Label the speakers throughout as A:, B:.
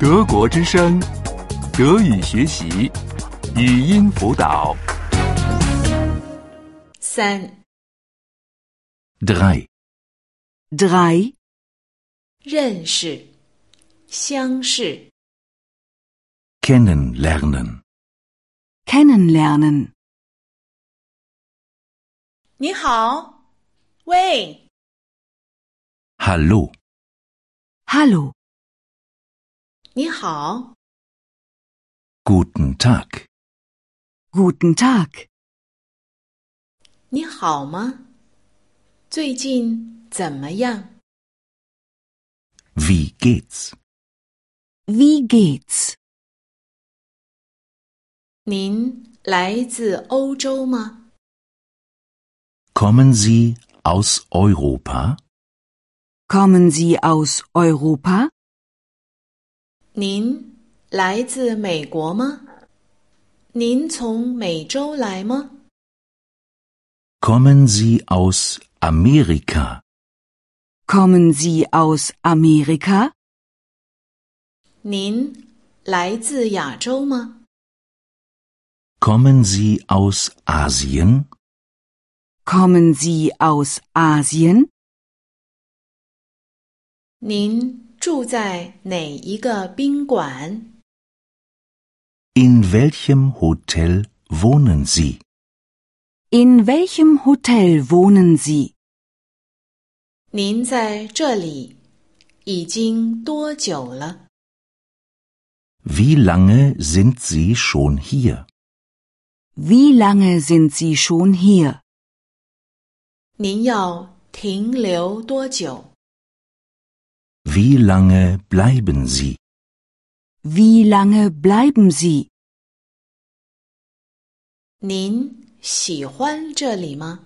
A: 德国之声，德语学习，语音辅导。
B: 三，
C: 3.
D: 3.
B: 认识、相识、
C: Kennenlernen.
D: Kennenlernen.
B: 你好，喂，
C: Hallo.
D: Hallo.
B: 你好，
C: Guten Tag.
D: Guten Tag.
B: 你好吗？最近怎么样？
C: Wie geht's?
D: Wie geht's?
B: 您来自欧洲吗？
C: Kommen Sie aus Europa?
D: Kommen Sie aus Europa?
B: 您来自美国吗？您从美洲来吗？
C: Kommen Sie aus Amerika?
D: Kommen Sie aus Amerika?
B: 您来自亚洲吗？
C: Kommen Sie aus Asien?
D: Kommen Sie aus Asien?
B: 您住在哪一个宾馆？
C: In welchem Hotel wohnen Sie?
D: In welchem Hotel wohnen Sie?
B: 您在这里已经多久了？
C: Wie lange sind Sie schon hier?
D: Wie lange sind Sie schon hier?
B: 您要停留多久？
C: Wie lange bleiben Sie?
D: Wie lange bleiben Sie?
B: 您喜欢这里吗？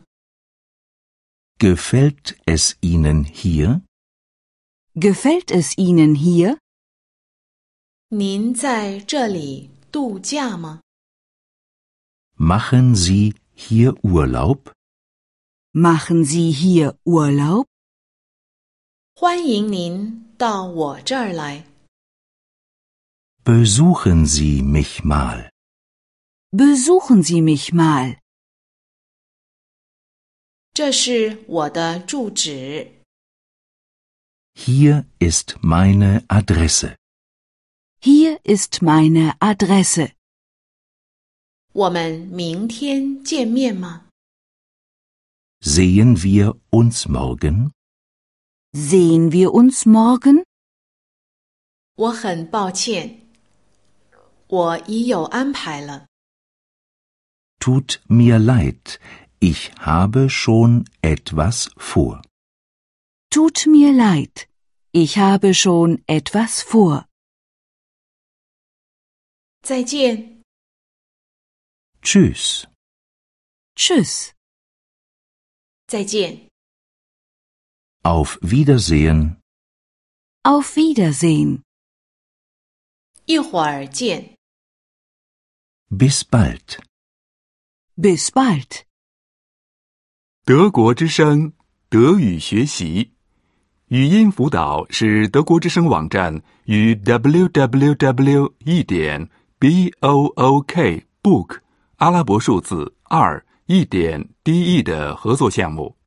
C: Gefällt es Ihnen hier?
D: Gefällt es Ihnen hier?
B: 您在这里度假吗？
C: Machen Sie hier Urlaub?
D: Machen Sie hier Urlaub?
B: 欢迎您到我这儿来，
C: Besuchen Sie mich mal.
D: Besuchen Sie mich mal.
B: 这是我的住址，
C: Hier ist meine Adresse.
D: Hier ist meine Adresse.
B: 我们明天见面吗？
C: Sehen wir uns morgen?
D: Sehen wir uns morgen?
B: 我很抱歉，我已有安排了。
C: Tut mir leid, ich habe schon etwas vor.
D: Tut mir leid. Ich habe schon etwas vor.
B: 再见。
C: Tschüss.
D: Tschüss.
B: 再见。
C: Auf Wiedersehen.
D: Auf Wiedersehen.
B: 一会儿见。
C: Bis bald.
D: Bis bald.
A: 德国之声，德语学习，语音辅导是德国之声网站与 www. 一点 b o o k book 阿拉伯数字二一点 d e 的合作项目。